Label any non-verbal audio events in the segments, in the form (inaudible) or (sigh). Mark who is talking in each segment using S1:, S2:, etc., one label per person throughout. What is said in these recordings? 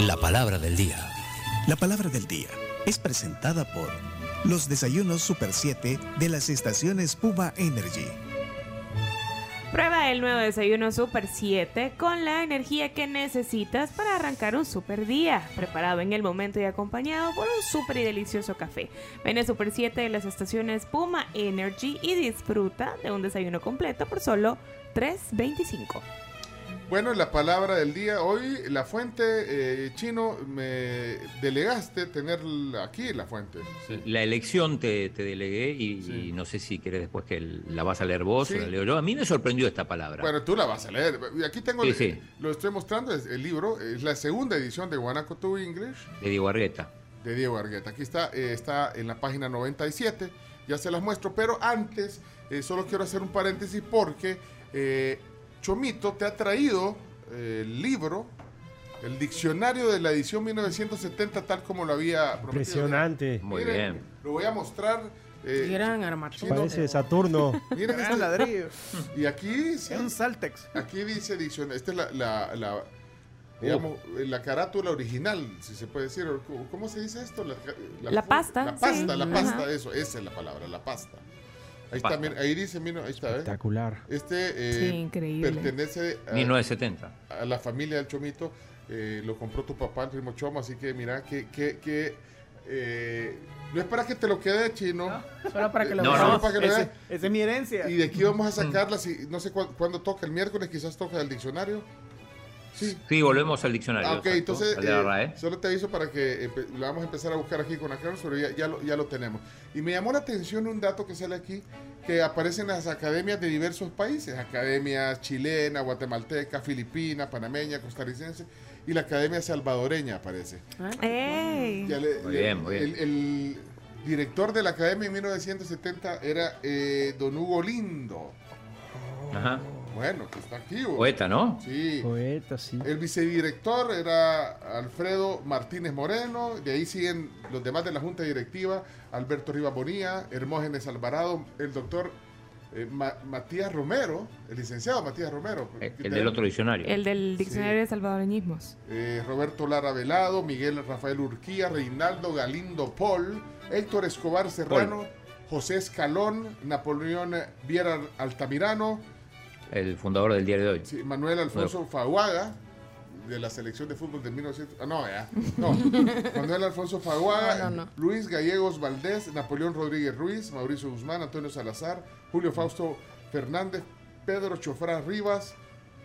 S1: La palabra del día.
S2: La palabra del día es presentada por los desayunos Super 7 de las estaciones Puma Energy.
S3: Prueba el nuevo desayuno Super 7 con la energía que necesitas para arrancar un super día, preparado en el momento y acompañado por un super y delicioso café. Ven a Super 7 de las estaciones Puma Energy y disfruta de un desayuno completo por solo 3.25.
S4: Bueno, la palabra del día hoy, la fuente, eh, chino, me delegaste tener aquí la fuente.
S5: La elección te, te delegué y,
S4: Sí.
S5: y no sé si querés después que la vas a leer vos
S4: Sí.
S5: o la leo yo. A mí me sorprendió esta palabra.
S4: Bueno, tú la vas a leer. Y Aquí tengo,
S5: Sí,
S4: el-
S5: sí.
S4: lo estoy mostrando, es el libro, es la segunda edición de Guanaco to English
S5: de Diego Argueta.
S4: de Diego Argueta. Aquí está, eh, está en la página 97, ya se las muestro, pero antes eh, solo quiero hacer un paréntesis porque eh, Chomito te ha traído eh, el libro, el diccionario de la edición 1970 tal como lo había prometido.
S6: Impresionante.
S5: Muy
S4: Miren,
S5: bien.
S4: Lo voy a mostrar. eh,
S7: Gran armatoste.
S6: Parece Saturno.
S4: miren
S8: Gran
S4: este-
S8: ladrillo.
S4: y aquí
S8: Es
S4: dice,
S8: un Saltex.
S4: aquí dice diccionario. Esta es la, la, la, digamos, eh, la carátula original, si se puede decir. ¿Cómo- ¿Cómo se dice esto? La,
S3: La
S4: fu-
S3: pasta,
S4: La pasta,
S3: sí.
S4: la pasta,
S3: Ajá.
S4: eso. Esa es la palabra, la pasta. Ahí,
S5: Pasta.
S4: Está, mira, ahí dice, mira, ahí está. ¿eh?
S6: Espectacular.
S4: Este eh,
S3: Sí, increíble.
S4: pertenece a,
S5: 1970.
S4: a la familia del Chomito. eh, lo compró tu papá, el primo Chomo. Así que mira, que... que, que eh, no es para que te lo quede chino.
S8: Solo para que lo
S5: No,
S8: veas.
S5: no.
S4: Para que lo
S8: Ese-
S4: veas.
S8: Esa es mi herencia.
S4: Y de aquí vamos a sacarla, si, no sé cuá- cuándo toca, el miércoles quizás toca el diccionario. Sí.
S5: Sí, volvemos al
S4: Ah,
S5: diccionario.
S4: ok,
S5: exacto,
S4: entonces
S5: al de la
S4: eh,
S5: RAE.
S4: solo te aviso para que empe- la vamos a empezar a buscar aquí con la Carlos, pero ya, ya, lo, ya lo tenemos. Y me llamó la atención un dato que sale aquí, que aparecen las academias de diversos países, academia chilena, guatemalteca, filipina, panameña, costarricense, y la academia salvadoreña aparece.
S3: ¡Ey!
S4: Ya le-
S5: Muy
S4: le-
S5: bien, muy bien.
S4: El, el director de la academia en 1970 era eh, don Hugo Lindo.
S5: Ajá.
S4: Bueno, que está activo.
S5: Poeta, ¿no?
S4: Sí.
S6: Poeta, sí.
S4: El vicedirector era Alfredo Martínez Moreno, de ahí siguen los demás de la Junta Directiva, Alberto Rivas Bonilla, Hermógenes Alvarado, el doctor eh, Ma- Matías Romero, el licenciado Matías Romero.
S5: Eh, El,
S4: que
S5: el del
S4: tenemos,
S5: otro diccionario.
S3: El del diccionario
S4: Sí.
S3: de salvadoreñismos.
S4: eh, Roberto Lara Velado, Miguel Rafael Urquía, Reinaldo Galindo Paul, Héctor Escobar Serrano, José Escalón, Napoleón Viera Altamirano,
S5: El fundador del diario de hoy.
S4: Sí, Manuel Alfonso Faguaga, de la selección de fútbol de 1900. Ah, no, ya.
S7: (laughs)
S4: No. Manuel Alfonso Faguaga,
S7: No, no, no.
S4: Luis Gallegos Valdés, Napoleón Rodríguez Ruiz, Mauricio Guzmán, Antonio Salazar, Julio Fausto Fernández, Pedro Chofrán Rivas,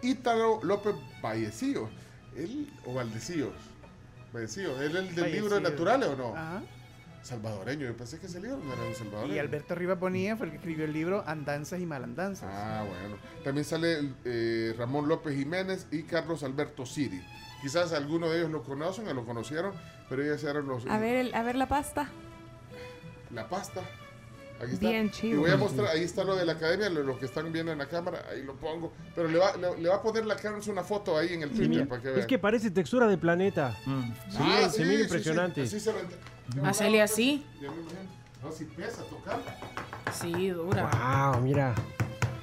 S4: Ítalo López Vallecillo. ¿Él o Valdecillo? Vallecillo. ¿Él el del libro de
S8: Vallecillo.
S4: naturales o no?
S8: Ajá.
S4: Salvadoreño. Yo pensé que ese libro no era un salvadoreño.
S8: Y Alberto Rivas Bonilla fue el que escribió el libro Andanzas y Malandanzas.
S4: Ah, bueno. También sale eh, Ramón López Jiménez y Carlos Alberto Siri. Quizás alguno de ellos lo conocen o lo conocieron, pero ellos eran los...
S3: A ver, el- a ver la pasta.
S4: La pasta. Aquí está.
S3: Bien
S4: Y
S3: chivo.
S4: voy a mostrar, ahí está lo de la academia, lo, lo que están viendo en la cámara, ahí lo pongo. Pero le va, le, le va a poner la Carlos una foto ahí en el Twitter para que vean. Ah,
S6: Es que parece textura de planeta.
S5: Mm.
S6: Sí, se mira impresionante.
S4: Así se renta-
S7: Hacele así.
S4: Ya me imagino. No, si pesa tocarla.
S7: Sí, dura.
S6: Wow, mira.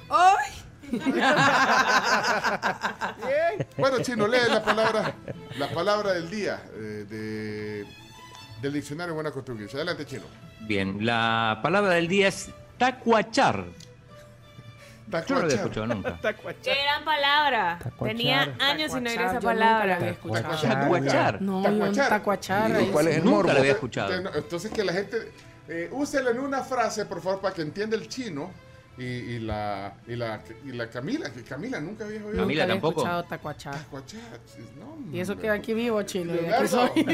S7: ¡Ay!
S4: Bueno, Chino, lee la palabra, la palabra del día eh, de, del diccionario Buena Construcción. Adelante, Chino.
S5: Bien, la palabra del día es tacuachar. Yo no lo
S4: Tacuacha.
S5: había
S4: (laughs)
S5: escuchado nunca.
S3: ¡Qué gran palabra!
S6: Tacuachar.
S3: Tenía años sin oír esa
S7: Tacuachar, yo nunca la
S3: palabra.
S7: había escuchado.
S6: Tacuachar.
S5: Tacuachar.
S7: No, yo un
S4: Tacuachar.
S7: tacuachar. ahí
S9: ¿Cuál
S7: sí.
S9: es el
S5: Nunca la
S9: morbo?
S5: había escuchado.
S4: Entonces, no, Entonces que la gente eh, úselo en una frase, por favor, para que entienda el chino y, y la y la y la Camila, que Camila nunca había oído.
S5: Camila.
S7: Nunca había
S5: tampoco.
S7: escuchado tacuachar.
S4: Tacuachar. No,
S7: Y eso
S4: hombre.
S7: queda aquí vivo, chino. y aquí
S4: Leonardo,
S7: soy.
S4: no,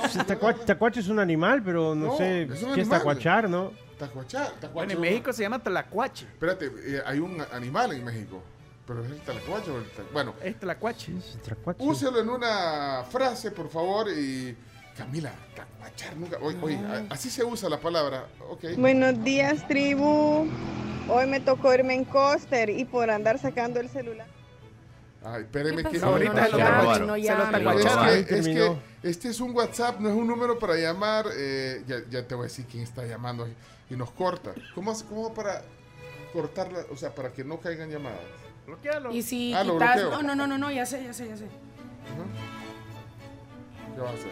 S4: no,
S6: Sí, tacua- Tacuache es un animal, pero no,
S4: No,
S6: sé
S4: es un
S6: qué es
S4: animal.
S6: tacuachar, ¿no?
S4: Tacuachar, tacuachar.
S8: Bueno, en México se llama Tlacuache.
S4: Espérate, eh, hay un animal en México, pero es el talacuacho. o el ta- Bueno,
S8: Es Tlacuache.
S6: Es tacuache.
S4: úselo en una frase, por favor, y Camila, tacuachar nunca. Oye, oye, a- así se usa la palabra. Okay.
S10: Buenos días, tribu. Hoy me tocó irme en coaster y por andar sacando el celular.
S4: Ay, espéreme
S3: ¿Qué
S4: que
S3: pasó?
S4: ahorita
S7: No,
S4: lo
S7: no,
S4: vamos a-
S5: robaron.
S7: chino,
S8: Se
S7: ya,
S8: lo
S7: me
S8: tacuacharon.
S7: robaron.
S4: Es que,
S6: Ahí
S4: es que
S6: terminó.
S4: este es un WhatsApp, no es un número para llamar. eh, ya, ya te voy a decir quién está llamando y nos corta. ¿Cómo, hace- cómo para cortarla? O sea, para que no caigan llamadas.
S8: Bloquealo.
S7: Y si
S4: Ah, lo
S7: quitas.
S4: bloqueo.
S7: No, no, no, no, no, ya sé, ya sé, ya sé.
S4: ¿Qué vas a hacer?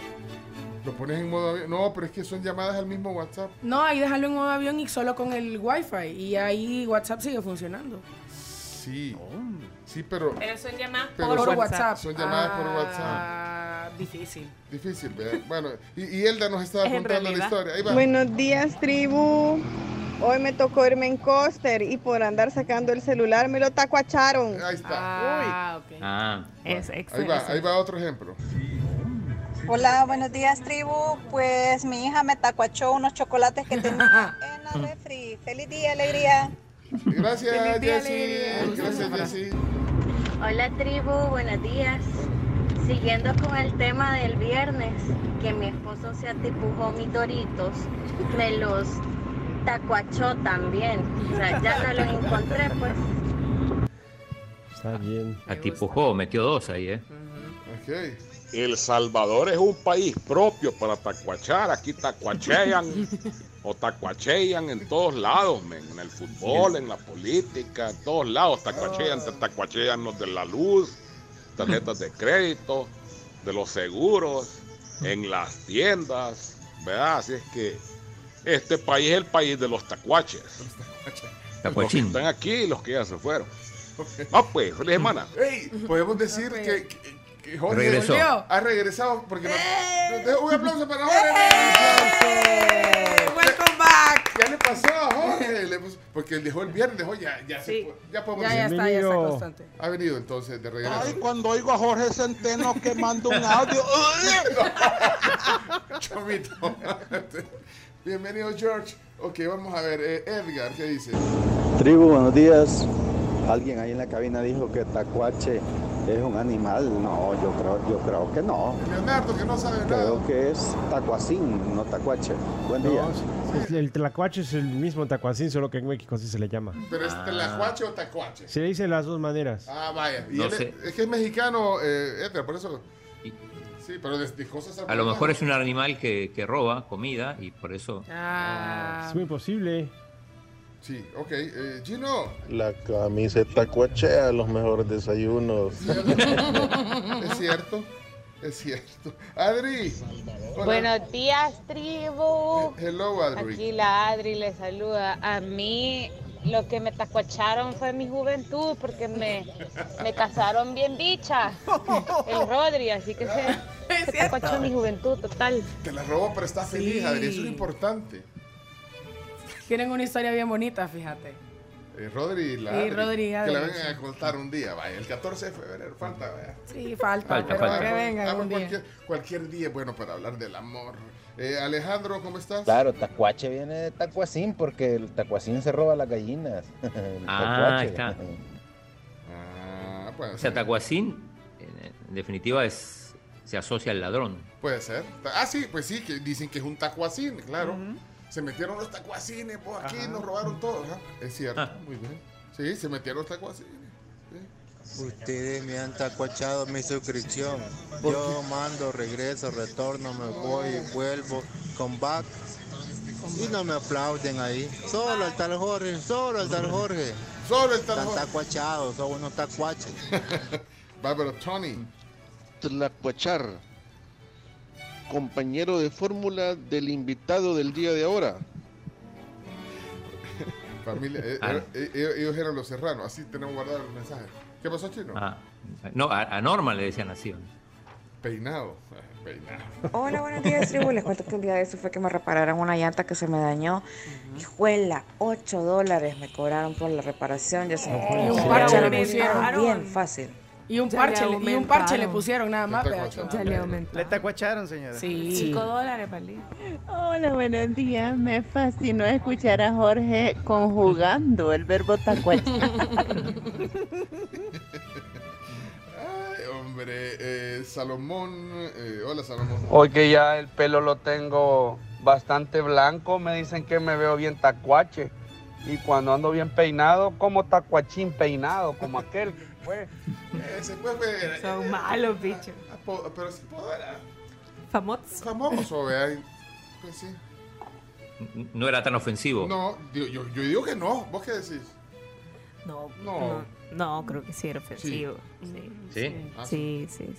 S4: Lo pones en modo avión. No, pero es que son llamadas al mismo WhatsApp.
S7: No, ahí déjalo en un avión y solo con el wifi. Y ahí WhatsApp sigue funcionando.
S4: Sí. Sí, pero
S3: Pero son llamadas
S4: Pero
S3: por
S7: Por
S4: son-
S7: WhatsApp.
S3: WhatsApp.
S4: son llamadas por
S7: Ah, Difícil.
S4: difícil, ¿verdad? Bueno, y, y Elda nos estaba
S3: Es en
S4: contando la
S3: realidad.
S4: historia. Ahí va.
S10: Buenos días, tribu. Hoy me tocó irme en coaster y por andar sacando el celular me lo tacuacharon.
S4: Ahí está.
S7: Ah, ok.
S5: Ah,
S3: Es
S4: Ahí
S3: excelente.
S4: va, ahí va otro ejemplo.
S1: Hola, buenos días, tribu. Pues mi hija me tacuachó unos chocolates que
S7: (laughs)
S1: tenía en la refri. Feliz día, alegría.
S4: Gracias,
S7: Feliz día,
S4: Jessy.
S7: alegría.
S4: Gracias, Jessy.
S9: Hola tribu, buenos días. Siguiendo con el tema del viernes, que mi esposo se atipujó mis doritos, me los tacuachó también. O sea, ya no los encontré, pues.
S6: Está bien.
S5: atipujó, metió dos ahí, ¿eh?
S4: Ok.
S11: El Salvador es un país propio para tacuachar. Aquí tacuachean o tacuachean en todos lados, men. en el fútbol, en la política, en todos lados tacuachean. Te tacuachean los de la luz, tarjetas de crédito, de los seguros, en las tiendas. ¿Verdad? Así es que este país es el país de los tacuaches. Los que
S5: Tacuachín.
S11: están aquí y los que ya se fueron. No, pues, feliz semana.
S4: Ey, podemos decir que, que, que Jorge
S5: Regresó.
S7: pues. Volvió.
S4: ha regresado porque no- Dejo un aplauso para
S3: Eh,
S4: Jorge.
S7: Welcome back.
S4: Ya le pasó a Jorge, le puso- porque él dejó el viernes, dejó ya, ya se
S3: Sí.
S4: fue, ya podemos
S7: Ya, ya
S4: decir.
S7: está, ya está
S6: Bienvenido.
S7: constante.
S4: Ha venido entonces de regreso.
S11: Ay, cuando oigo a Jorge Centeno que manda un audio. ¡ay!
S4: Chomito. Bienvenido George. Ok, vamos a ver, eh, Edgar, ¿qué dice?
S11: Tribu, buenos días. Alguien ahí en la cabina dijo que tacuache es un animal. No, yo creo, yo creo que no.
S4: Leonardo, que no sabe nada.
S11: Creo que es tacuacín, no tacuache. Buen día.
S6: No, es- el tlacuache es el mismo tacuacín, solo que en México así se le llama.
S4: Pero es telajuache o tacuache.
S6: Se le dice de las dos maneras.
S4: Ah, vaya. Y
S5: No
S4: él es-
S5: sé.
S4: Es, que es mexicano, eh, Edgar, por eso.
S5: Y-
S4: Sí, pero de, de cosas
S5: A lo mejor es un animal que, que roba comida y por eso.
S7: Ah,
S6: Es muy posible.
S4: Sí, ok. Eh, Gino.
S11: La camiseta cuachea los mejores desayunos.
S4: es cierto. Es cierto. Adri. Hola.
S9: Buenos días, tribu.
S4: Hello, Adri.
S9: Aquí la Adri le saluda. A mí lo que me tacuacharon fue mi juventud porque me, me casaron bien
S8: (laughs)
S9: bicha, el Rodri, así que se, se tacuachó mi juventud total.
S4: Te la robo, pero estás
S7: Sí.
S4: feliz, Adri. Eso es lo importante.
S7: tienen una historia bien bonita, fíjate.
S4: Eh, Rodri y la
S7: Sí,
S4: Adri,
S7: Rodri y
S4: Que
S7: Adri,
S4: la vengan
S7: sí.
S4: a contar un día, vaya. El 14 de febrero, falta, vaya.
S7: Sí, falta,
S5: Falta,
S7: pero
S5: falta.
S7: que
S4: Ah,
S7: venga
S4: ah,
S7: algún día.
S4: cualquier, cualquier día es bueno para hablar del amor. Eh, Alejandro, ¿cómo estás?
S11: Claro, tacuache viene de tacuacín porque el tacuacín se roba las gallinas. (laughs) El
S5: Ah,
S11: tacuache.
S5: está.
S4: Ah, puede
S5: O sea,
S4: ser.
S5: tacuacín, en en definitiva, es, se asocia al ladrón.
S4: Puede ser. Ah, sí, pues sí, que dicen que es un tacuacín, claro. Se metieron los tacuacines, pues aquí nos robaron todo. ajá. Es cierto,
S5: Ah.
S4: muy bien. Sí, se metieron los tacuacines. sí.
S11: Ustedes me han tacuachado mi suscripción. Yo mando, regreso, retorno, me voy, vuelvo, come back. Y no me aplauden ahí. Solo el tal Jorge, solo el tal Jorge.
S4: Solo el
S11: Están
S4: tacuacín.
S11: tacuachados, son unos tacuaches.
S4: Bárbaro Tony.
S11: Tlacuachar, compañero de fórmula del invitado del día de ahora.
S4: (laughs) Familia, eh,
S5: Ah.
S4: eh, eh, ellos eran los serranos, así tenemos guardado el mensaje. ¿Qué pasó, Chino?
S5: Ah, no, a, a Norma le decían así. ¿no?
S4: Peinado. (laughs) Ah, Peinado.
S1: Hola, buenos días, tribu. Les cuento que un día de eso fue que me repararon una llanta que se me dañó. Hijuela, 8 dólares me cobraron por la reparación. Ya se me fue
S7: Y
S1: la
S7: un
S1: fecha,
S7: parche
S1: lo
S7: le
S1: buscaron
S7: pusieron.
S1: bien fácil.
S7: Y un
S3: Ya le
S7: parche, le- y un
S3: aumentaron.
S7: parche le pusieron nada más,
S4: Ya te
S7: pedacho.
S3: Ya
S4: aguantaron.
S3: le
S8: Le
S3: aumentó.
S8: tacuacharon, señora.
S7: Sí.
S3: 5 dólares, palito.
S9: Hola, buenos días. Me fascinó escuchar a Jorge conjugando el verbo tacuachar.
S4: Ay, hombre. eh, Salomón. eh, hola, Salomón.
S11: Hoy que ya el pelo lo tengo bastante blanco, me dicen que me veo bien tacuache. Y cuando ando bien peinado, como tacuachín peinado, como aquel. Pues.
S4: Eh, se fue, fue, eh,
S3: Son malos, bichos.
S4: apo- pero sí, puedo era
S3: Famosos.
S4: famoso, vea. y- Pues sí.
S5: N- No era tan ofensivo.
S4: No, digo- yo, yo digo que no. ¿Vos qué decís?
S3: No,
S4: No.
S3: no. No, creo que sí era ofensivo. Sí.
S5: ¿Sí?
S4: Ah,
S3: Sí, sí, sí.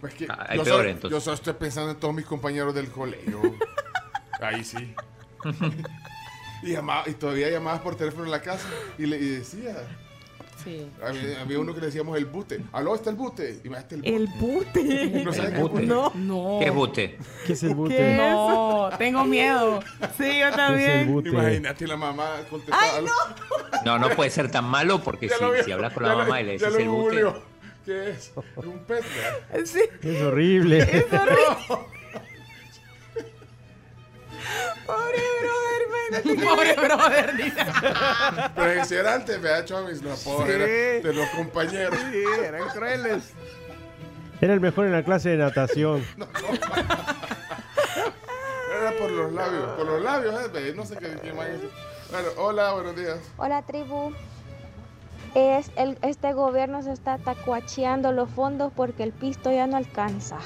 S4: Pues que
S5: Ah, hay
S4: yo,
S5: peor,
S4: solo,
S5: entonces.
S4: yo solo estoy pensando en todos mis compañeros del
S5: (laughs)
S4: colegio. Ahí sí. y, llamaba- y todavía llamabas por teléfono en la casa y le y decía.
S7: Sí.
S4: Había, había uno que le decíamos el bute. Aló, está el bute. Imagínate el bute.
S3: El bute.
S4: No sabes
S5: El
S4: qué es
S5: bute.
S3: No.
S5: ¿Qué es bute?
S6: ¿Qué es el bute?
S3: ¿Qué es?
S7: No, tengo miedo.
S3: Sí, yo
S6: el
S3: también.
S6: bute?
S4: Imagínate la mamá contestaba. "Aló".
S5: No, no puede ser tan malo porque
S4: (laughs) Ya
S5: si,
S4: lo vi-
S5: si hablas con la
S4: ya lo-
S5: mamá y le
S4: ya
S5: decís
S4: lo
S5: el bute.
S4: googleó. ¿Qué es? Un pez. ¿verdad?
S3: Sí,
S12: (laughs)
S6: Es horrible.
S3: pobre brother, man.
S7: Pobre brother, dice.
S4: Pero si era antes, vea, Chavis, los apodos
S8: Sí.
S4: eran de los compañeros.
S8: (laughs) Sí, eran crueles.
S6: Era el mejor en la clase de natación.
S4: Era por los labios, por los labios, eh, ve, no sé qué, qué más es. Bueno, hola, buenos días.
S13: Hola tribu. Es el, este gobierno se está tacuacheando los fondos porque el pisto ya no alcanza.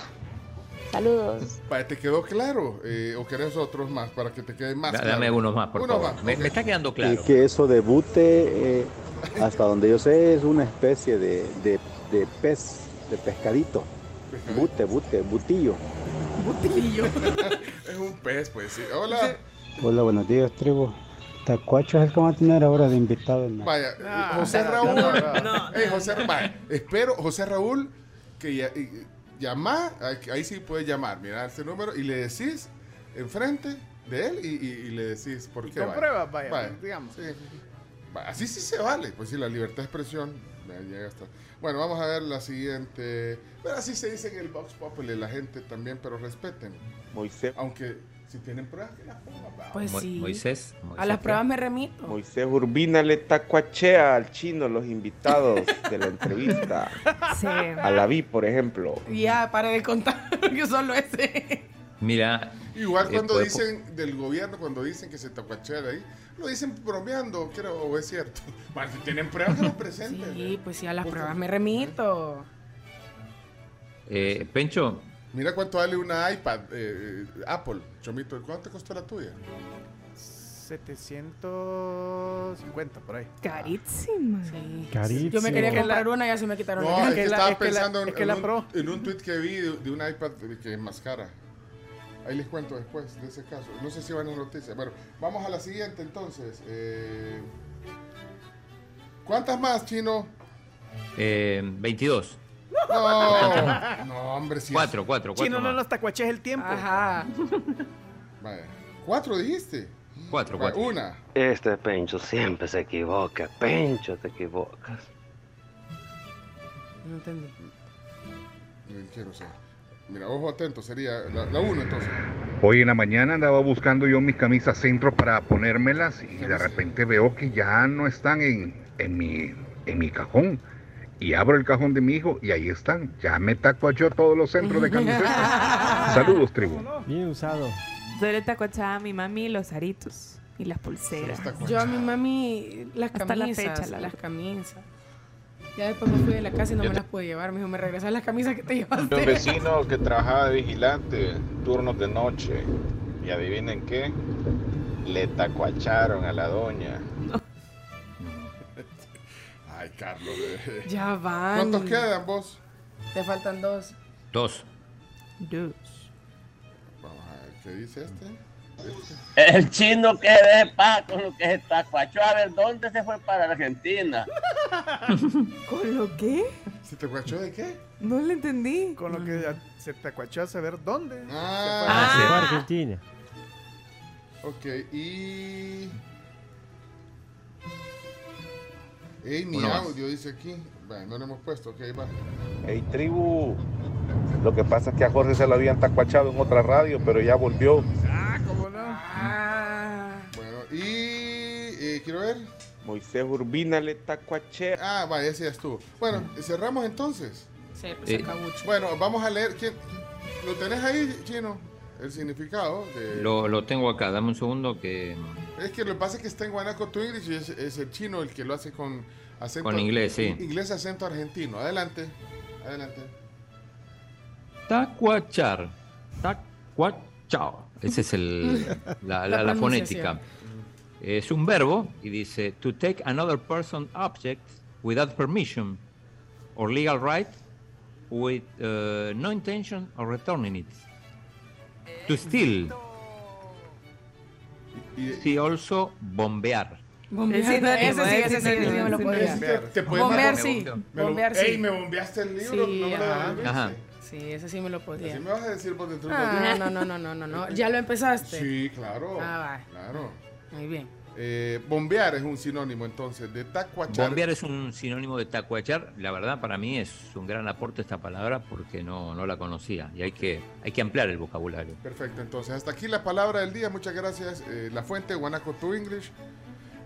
S13: Saludos.
S4: Pa, ¿Te quedó claro? Eh, ¿O querés otros más para que te quede más?
S5: Da-
S4: claro?
S5: Dame unos más, por
S4: Uno
S5: favor.
S4: más,
S5: me,
S4: ok.
S5: me está quedando
S14: Y
S5: claro.
S14: que eso de bute, eh, hasta donde yo sé, es una especie de, de- de pez, de pescadito. Bute, bute, butillo.
S7: Butillo.
S4: Es un pez, pues sí. Hola.
S12: Hola, buenos días, tribu. Tacuacho es el que va a tener ahora de invitado. ¿no?
S4: Vaya, eh,
S8: Ah,
S4: José
S8: no,
S4: Raúl.
S8: no, no.
S4: Ey, José Ra- vaya, espero, José Raúl, que ya, y- llamá, ahí- ahí sí puedes llamar, mira este número y le decís enfrente de él y, y- y le decís por qué. vaya.
S8: Comprueba, vaya,
S4: Vaya.
S8: digamos.
S4: Va, Así sí se vale. Pues sí, la libertad de expresión ya llega hasta. Bueno, vamos a ver la siguiente. Pero así se dice en el Vox Populi, la gente también, pero respeten.
S15: Moisés,
S4: Aunque si tienen pruebas, que las pongan. va.
S7: Pues
S15: Mo-
S7: sí.
S15: Moisés,
S7: A
S4: Pues
S15: Moisés,
S7: las
S15: ¿qué?
S7: pruebas me remito.
S15: Moisés Urbina le tacuachea al chino los invitados de la entrevista.
S7: Sí.
S15: A la vi, por ejemplo.
S7: Ya, pare de contar (laughs) que solo ese.
S5: Mira,
S4: Igual
S5: eh,
S4: cuando
S5: puede-
S4: dicen del gobierno, cuando dicen que se tacuachea de ahí, lo dicen bromeando, creo, o es cierto. (laughs) Bueno, si tienen pruebas, que las presenten. ¿eh?
S7: Sí, pues sí, a las pruebas me remito.
S5: eh, Pencho,
S4: Mira cuánto vale una iPad, eh, Apple. Chomito, ¿cuánto te costó la tuya?
S8: 750 por ahí.
S3: Carísima.
S6: Carísimo.
S7: Yo me quería
S8: Sí.
S7: comprar una y ya se me quitaron
S4: No,
S7: (laughs) las
S4: es que
S7: ganas.
S4: estaba pensando en,
S8: es que
S4: en
S8: la
S4: un,
S8: pro.
S4: en un tweet que vi de, de un iPad que es más cara. Ahí les cuento después de ese caso. No sé si van a noticias. Bueno, vamos a la siguiente entonces. Eh, ¿Cuántas más, (laughs) chino?
S5: eh, 22.
S4: No, no hombre, si es-
S5: Cuatro, cuatro, cuatro.
S8: Chino, no
S5: más.
S8: los tacuaches el tiempo.
S7: Ajá.
S4: Vaya. ¿Cuatro dijiste?
S5: Cuatro,
S4: Vaya,
S5: cuatro.
S4: Una.
S16: Este Pencho siempre se equivoca. Pencho, te equivocas.
S7: No entendí.
S4: Eh, Quiero saber. Mira, ojo atento, sería la, la uno entonces.
S17: Hoy en la mañana andaba buscando yo mis camisas centro para ponérmelas y de repente veo que ya no están en, en, mi, en mi cajón. Y abro el cajón de mi hijo y ahí están. Ya me taco yo todos los centros de
S18: (laughs)
S17: camisetas. Saludos, tribu.
S6: Bien usado.
S3: Yo le tacochaba a mi mami los aritos y las pulseras.
S7: Yo a mi mami las
S3: Hasta la
S7: camisas,
S3: fecha, la-
S7: las camisas. Ya después me fui de la casa y no me las pude llevar. Me dijo, me regresas las camisas que te llevaste.
S18: Los vecinos que trabajaba de vigilante, turnos de noche. Y adivinen qué, le tacuacharon a la doña.
S4: Ay, Carlos. eh.
S7: Ya van.
S4: ¿Cuántos quedan vos?
S7: Te faltan dos.
S5: Dos.
S7: Dos.
S4: Vamos a ver, ¿qué dice este? Este.
S19: El chino que de pa con lo que se tacuachó. A ver, ¿dónde se fue para Argentina?
S3: ¿Con lo qué?
S4: ¿Se tacuachó de qué?
S3: No le entendí.
S8: Con lo que a- se tacuachó a saber dónde.
S4: Ah,
S5: Ah,
S6: Se fue a
S8: Se fue.
S6: Argentina.
S4: Ok, y. Ey, mi
S11: Uno más.
S4: audio dice aquí. Bueno, no lo hemos puesto, ok, va.
S15: Ey, tribu. Lo que pasa es que a Jorge se lo habían tacuachado en otra radio, pero ya volvió.
S4: Bueno, y. eh, quiero ver.
S15: Moisés Urbina le tacuachea.
S4: Ah, vaya, ese ya estuvo. Bueno, cerramos entonces.
S7: Se,
S15: se Eh.
S4: Bueno, vamos a leer. ¿Quién- ¿Lo tenés ahí, chino? El significado de.
S5: Lo, lo tengo acá, dame un segundo que.
S4: Es que lo que pasa es que está en Guanaco tu English y es, es el chino el que lo hace con acento.
S5: Con inglés, sí.
S4: Inglés acento argentino. Adelante. Adelante.
S5: Tacuachar. Tacuachao. Esa es el, la, la-
S4: La
S5: la
S4: pronunciación.
S5: fonética. Es un verbo y dice to take another person object without permission or legal right with uh, no intention of returning it. To steal. Sí, also bombear.
S7: Bombear,
S3: Es sinónimo,
S7: ese sí,
S3: es
S7: ese sí, ese sí,
S3: sinónimo.
S7: me lo podía.
S4: Bombear. Te puedes
S7: Bombear
S4: matar.
S7: sí.
S4: Me lo-
S7: Bombear sí.
S4: Ey, me bombeaste el libro,
S7: Sí,
S4: no me lo
S7: ajá.
S4: devolviste.
S5: Ajá.
S7: Sí, ese sí me lo podía.
S4: Así me vas a decir vos dentro de unos
S7: Ah,
S4: días.
S7: no, no, no, no, no, no. Ya lo empezaste.
S4: Sí, claro.
S7: Ah, va.
S4: Claro.
S7: Muy bien.
S4: Eh, bombear es un sinónimo entonces de tacuachar.
S5: Bombear es un sinónimo de tacuachar. La verdad, para mí es un gran aporte esta palabra porque no, no la conocía y hay que, hay que ampliar el vocabulario.
S4: Perfecto, entonces hasta aquí la palabra del día. Muchas gracias. Eh, la fuente Guanaco to English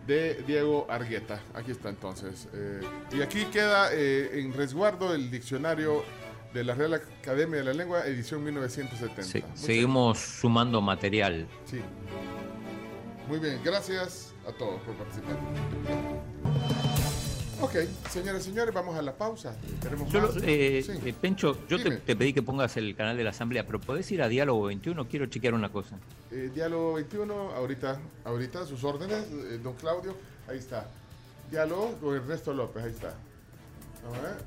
S4: de Diego Argueta. Aquí está entonces. Eh, y aquí queda eh, en resguardo el diccionario de la Real Academia de la Lengua, edición 1970.
S5: Se-
S4: Muchas-
S5: seguimos sumando material.
S4: Sí. Muy bien, gracias a todos por participar. Ok, señores y señores, vamos a la pausa. Tenemos
S5: Solo,
S4: más.
S5: eh,
S4: Ah, Sí.
S5: eh, Pencho, yo te,
S4: Dime.
S5: te pedí que pongas el canal de la Asamblea, pero ¿podés ir a Diálogo 21? Quiero chequear una cosa.
S4: Eh, diálogo 21, ahorita, ahorita, sus órdenes, eh, don Claudio, ahí está. Diálogo con Ernesto López, ahí está. Vamos a ver.